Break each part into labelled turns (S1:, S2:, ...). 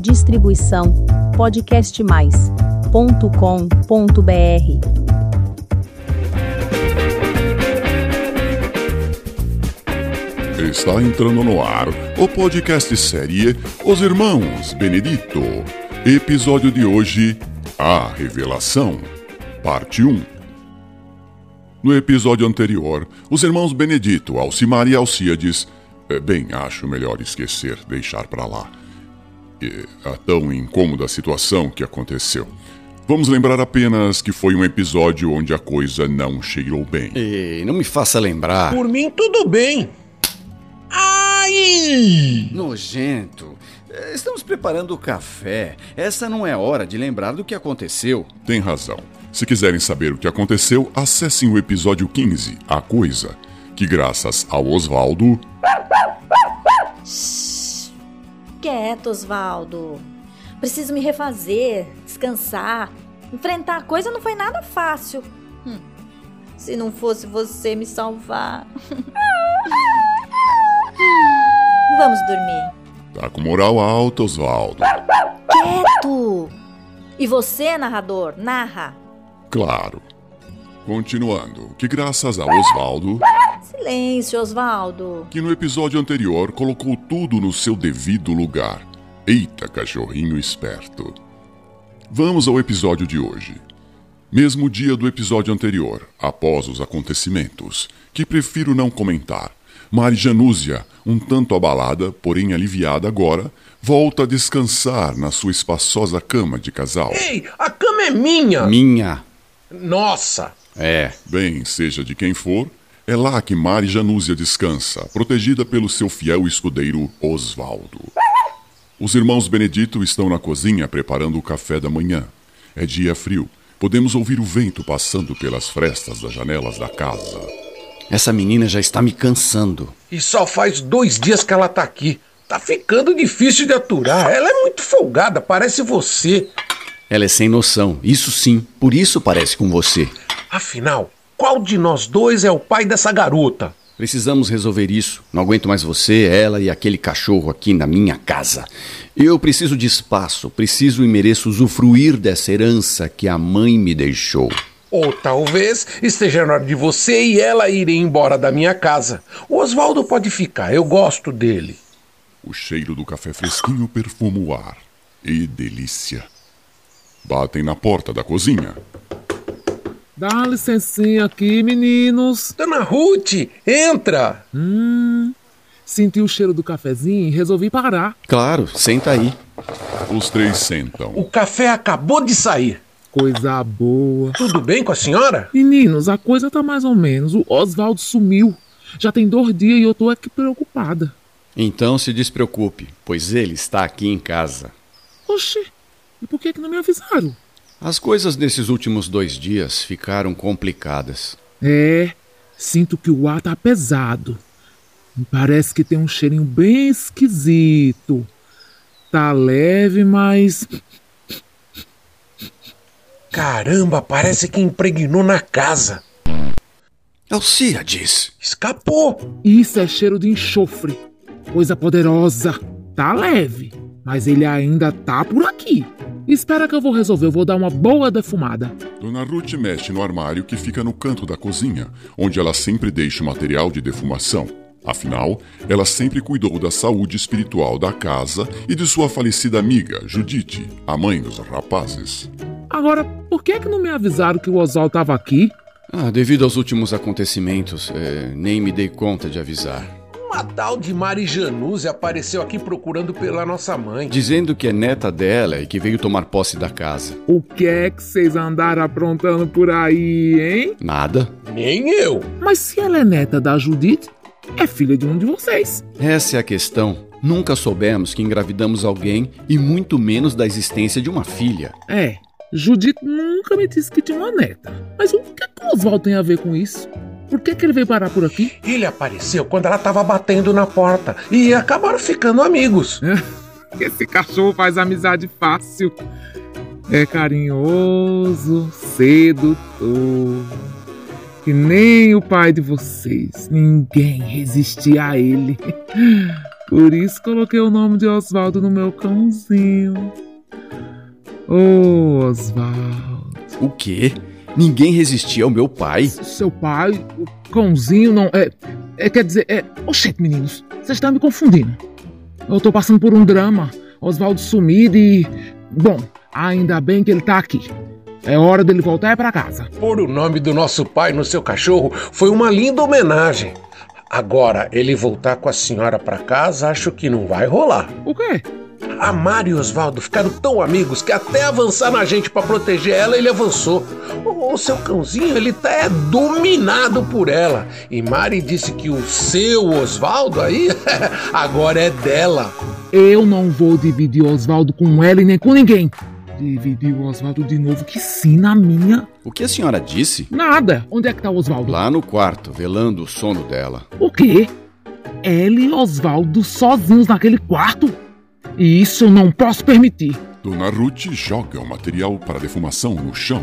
S1: Distribuição podcastmais.com.br.
S2: Está entrando no ar o podcast série Os Irmãos Benedito. Episódio de hoje: A Revelação, Parte 1. No episódio anterior, os irmãos Benedito, Alcimar e Alcíades, eh, bem, acho melhor esquecer, deixar para lá. E a tão incômoda situação que aconteceu. Vamos lembrar apenas que foi um episódio onde a coisa não cheirou bem.
S3: Ei, não me faça lembrar.
S4: Por mim, tudo bem. Ai!
S3: Nojento. Eh, Estamos preparando o café. Essa não é hora de lembrar do que aconteceu.
S2: Tem razão. Se quiserem saber o que aconteceu, acessem o episódio 15, A Coisa, que graças ao Oswaldo,
S5: Quieto, Osvaldo. Preciso me refazer, descansar. Enfrentar a coisa não foi nada fácil. Hum. Se não fosse você me salvar. Vamos dormir.
S2: tá com moral alta, Oswaldo.
S5: Quieto! E você, narrador, narra.
S2: Claro. Continuando, que graças ao Oswaldo,
S5: Silêncio, Osvaldo.
S2: que no episódio anterior colocou tudo no seu devido lugar. Eita, cachorrinho esperto. Vamos ao episódio de hoje. Mesmo dia do episódio anterior, após os acontecimentos, que prefiro não comentar, Mari Janúzia, um tanto abalada, porém aliviada agora, volta a descansar na sua espaçosa cama de casal.
S4: Ei, a cama é minha!
S3: Minha.
S4: Nossa!
S3: É.
S2: Bem, seja de quem for, é lá que Mari Janúzia descansa, protegida pelo seu fiel escudeiro Osvaldo. Os irmãos Benedito estão na cozinha preparando o café da manhã. É dia frio. Podemos ouvir o vento passando pelas frestas das janelas da casa.
S3: Essa menina já está me cansando.
S4: E só faz dois dias que ela tá aqui. Tá ficando difícil de aturar. Ela é muito folgada, parece você.
S3: Ela é sem noção. Isso sim. Por isso parece com você.
S4: Afinal, qual de nós dois é o pai dessa garota?
S3: Precisamos resolver isso. Não aguento mais você, ela e aquele cachorro aqui na minha casa. Eu preciso de espaço. Preciso e mereço usufruir dessa herança que a mãe me deixou.
S4: Ou talvez esteja na hora de você e ela irem embora da minha casa. O Oswaldo pode ficar, eu gosto dele.
S2: O cheiro do café fresquinho perfuma o ar. E delícia! Batem na porta da cozinha.
S6: Dá licencinha aqui, meninos.
S4: Dona Ruth, entra!
S6: Senti o cheiro do cafezinho e resolvi parar.
S3: Claro, senta aí.
S2: Os três sentam.
S4: O café acabou de sair.
S6: Coisa boa.
S4: Tudo bem com a senhora?
S6: Meninos, a coisa tá mais ou menos. O Oswaldo sumiu. Já tem dois dias e eu tô aqui preocupada.
S3: Então se despreocupe, pois ele está aqui em casa.
S6: Oxi, e por que que não me avisaram?
S3: As coisas nesses últimos dois dias ficaram complicadas.
S6: É, sinto que o ar tá pesado. Me Parece que tem um cheirinho bem esquisito. Tá leve, mas.
S4: Caramba, parece que impregnou na casa.
S3: Alciades!
S4: Escapou!
S6: Isso é cheiro de enxofre. Coisa poderosa. Tá leve, mas ele ainda tá por aqui. Espera que eu vou resolver, eu vou dar uma boa defumada.
S2: Dona Ruth mexe no armário que fica no canto da cozinha, onde ela sempre deixa o material de defumação. Afinal, ela sempre cuidou da saúde espiritual da casa e de sua falecida amiga, Judite, a mãe dos rapazes.
S6: Agora, por que que não me avisaram que o Oswaldo tava aqui?
S3: Ah, devido aos últimos acontecimentos, eh, nem me dei conta de avisar.
S4: Uma tal de Mari Januse apareceu aqui procurando pela nossa mãe.
S3: Dizendo que é neta dela e que veio tomar posse da casa.
S6: O que é que vocês andaram aprontando por aí, hein?
S3: Nada.
S4: Nem eu.
S6: Mas se ela é neta da Judith, é filha de um de vocês.
S3: Essa é a questão. Nunca soubemos que engravidamos alguém e muito menos da existência de uma filha.
S6: É, Judith nunca me disse que tinha uma neta. Mas o que é que o Oswaldo tem a ver com isso? Por que que ele veio parar por aqui?
S4: Ele apareceu quando ela tava batendo na porta e acabaram ficando amigos.
S6: Esse cachorro faz amizade fácil. É carinhoso, sedutor. Que nem o pai de vocês. Ninguém resistia a ele. Por isso coloquei o nome de Oswaldo no meu cãozinho. Ô, Oswaldo.
S3: O quê? Ninguém resistia ao meu pai?
S6: Seu pai, o cãozinho não. É. é quer dizer, é. Oxente, meninos, vocês estão me confundindo. Eu tô passando por um drama. Oswaldo sumido e. Bom, ainda bem que ele tá aqui. É hora dele voltar pra casa.
S4: Pôr o nome do nosso pai no seu cachorro foi uma linda homenagem. Agora, ele voltar com a senhora pra casa, acho que não vai rolar.
S6: O quê?
S4: A Mari e o Oswaldo ficaram tão amigos que até avançar na gente pra proteger ela, ele avançou. O, o seu cãozinho, ele tá é, dominado por ela. E Mari disse que o seu Oswaldo aí, agora é dela.
S6: Eu não vou dividir o Oswaldo com ela e nem com ninguém. Dividir o Oswaldo de novo, que sim, na minha.
S3: O que a senhora disse?
S6: Nada. Onde é que tá o Oswaldo?
S3: Lá no quarto, velando o sono dela.
S6: O quê? Ela e Oswaldo sozinhos naquele quarto? E isso eu não posso permitir.
S2: Dona Ruth joga o material para defumação no chão.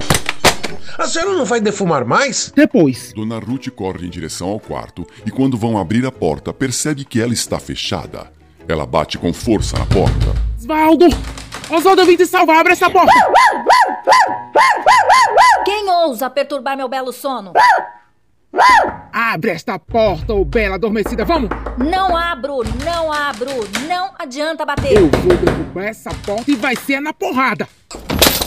S4: A senhora não vai defumar mais?
S6: Depois.
S2: Dona Ruth corre em direção ao quarto e, quando vão abrir a porta, percebe que ela está fechada. Ela bate com força na porta.
S6: Oswaldo! Oswaldo, eu vim te salvar. Abre essa porta.
S5: Quem ousa perturbar meu belo sono?
S6: Abre esta porta, ô bela adormecida. Vamos!
S5: Não abro, não abro, não adianta bater.
S6: Eu vou derrubar essa porta e vai ser na porrada.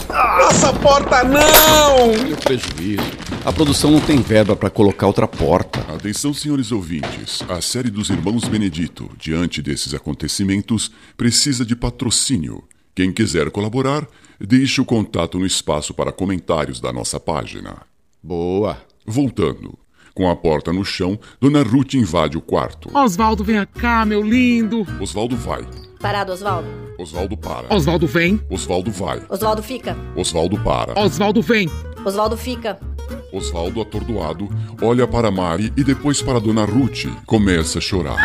S4: Nossa porta não!
S3: Meu prejuízo. A produção não tem verba para colocar outra porta.
S2: Atenção, senhores ouvintes. A série dos Irmãos Benedito, diante desses acontecimentos, precisa de patrocínio. Quem quiser colaborar, deixe o contato no espaço para comentários da nossa página.
S3: Boa.
S2: Voltando. Com a porta no chão, Dona Ruth invade o quarto.
S6: Oswaldo, vem cá, meu lindo.
S2: Osvaldo vai.
S5: Parado, Oswaldo.
S2: Osvaldo para.
S6: Oswaldo, vem.
S2: Osvaldo vai.
S5: Oswaldo fica.
S2: Osvaldo para.
S6: Oswaldo, vem.
S5: Oswaldo fica.
S2: Osvaldo, atordoado, olha para Mari e depois para Dona Ruth. Começa a chorar.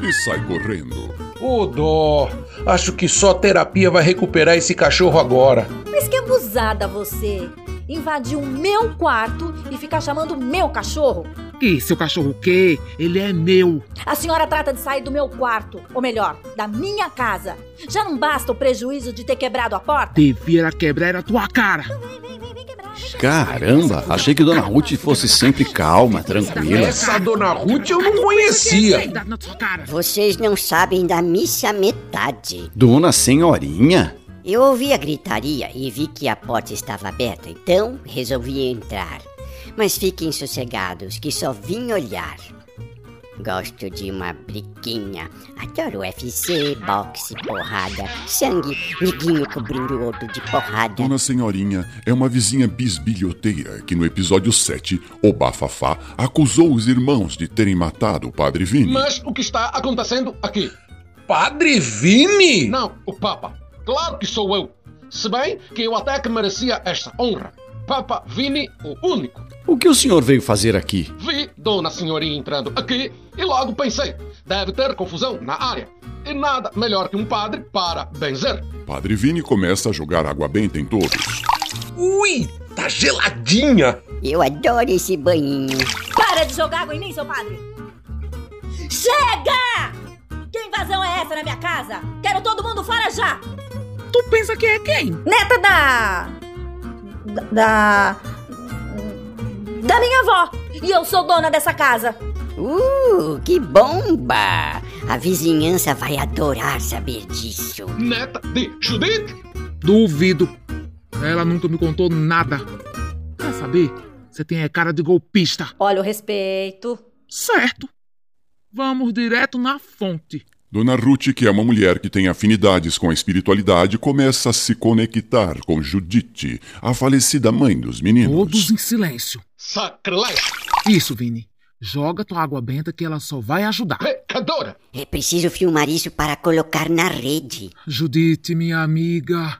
S2: E sai correndo.
S4: Ô dó, acho que só terapia vai recuperar esse cachorro agora.
S5: Mas que abusada você. Invadir o meu quarto e ficar chamando meu cachorro.
S6: Que seu cachorro o quê? Ele é meu.
S5: A senhora trata de sair do meu quarto, ou melhor, da minha casa. Já não basta o prejuízo de ter quebrado a porta?
S6: Devia quebrar a tua cara.
S5: Vem, vem, vem, vem quebrar.
S3: Caramba, achei que Dona Ruth fosse sempre calma, tranquila.
S4: Essa Dona Ruth eu não conhecia.
S6: Na tua cara.
S7: Vocês não sabem da missa metade.
S3: Dona Senhorinha?
S7: Eu ouvi a gritaria e vi que a porta estava aberta, então resolvi entrar. Mas fiquem sossegados, que só vim olhar. Gosto de uma briquinha, adoro UFC, boxe, porrada, sangue, neguinho cobrindo o outro de porrada.
S2: Dona Senhorinha é uma vizinha bisbilhoteira que no episódio 7, o Bafafá acusou os irmãos de terem matado o Padre Vini.
S8: Mas o que está acontecendo aqui?
S4: Padre Vini?
S8: Não, o Papa. Claro que sou eu. Se bem que eu até que merecia esta honra. Papa Vini, o único.
S3: O que o senhor veio fazer aqui?
S8: Vi Dona Senhorinha entrando aqui e logo pensei, deve ter confusão na área. E nada melhor que um padre para benzer.
S2: Padre Vini começa a jogar água benta em todos.
S4: Ui, tá geladinha.
S7: Eu adoro esse banhinho.
S5: Para de jogar água em mim, seu padre! Chega! Que invasão é essa na minha casa? Quero todo mundo fora já!
S6: Tu pensa que é quem?
S5: Neta da. da. da minha avó! E eu sou dona dessa casa!
S7: Uh, que bomba! A vizinhança vai adorar saber disso.
S8: Neta de Judite?
S6: Duvido. Ela nunca me contou nada. Quer saber? Você tem a cara de golpista.
S5: Olha o respeito.
S6: Certo. Vamos direto na fonte.
S2: Dona Ruth, que é uma mulher que tem afinidades com a espiritualidade, começa a se conectar com Judite, a falecida mãe dos
S6: Todos
S2: meninos.
S6: em silêncio.
S8: Sacrilégio!
S6: Isso, Vini. Joga tua água benta que ela só vai ajudar.
S8: Pecadora!
S7: É preciso filmar isso para colocar na rede.
S6: Judite, minha amiga,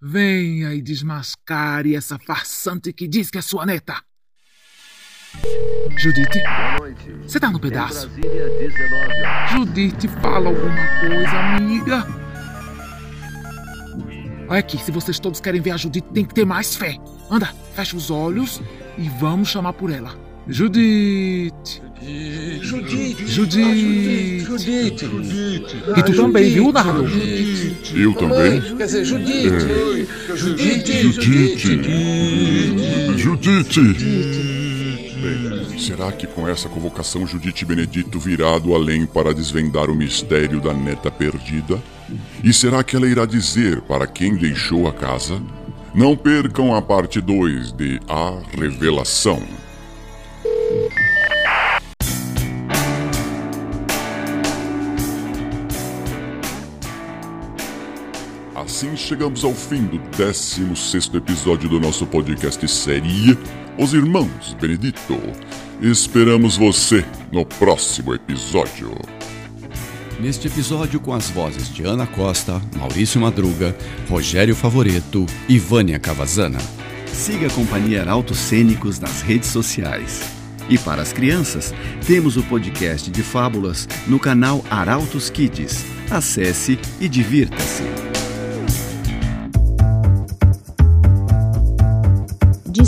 S6: venha e desmascare essa farsante que diz que é sua neta. Judite, você tá no pedaço? Judite, fala alguma coisa, amiga. Olha aqui, se vocês todos querem ver a Judite, tem que ter mais fé. Anda, fecha os olhos e vamos chamar por ela. Judite.
S4: Judite.
S6: Judite.
S4: Ah, Judite. Judite.
S6: E tu
S4: Ah,
S6: também,
S4: Judite,
S6: viu, narrador?
S4: Judite.
S2: Eu também.
S4: Quer dizer, Judite.
S6: É.
S4: Judite.
S2: Judite! Judite! Bem, será que com essa convocação Judite Benedito virá do além para desvendar o mistério da neta perdida? E será que ela irá dizer para quem deixou a casa? Não percam a parte 2 de A Revelação. Assim chegamos ao fim do 16 episódio do nosso podcast série Os Irmãos Benedito. Esperamos você no próximo episódio.
S3: Neste episódio, com as vozes de Ana Costa, Maurício Madruga, Rogério Favoreto e Vânia Cavazana.
S9: Siga a Companhia Arautos Cênicos nas redes sociais. E para as crianças, temos o podcast de fábulas no canal Arautos Kids. Acesse e divirta-se.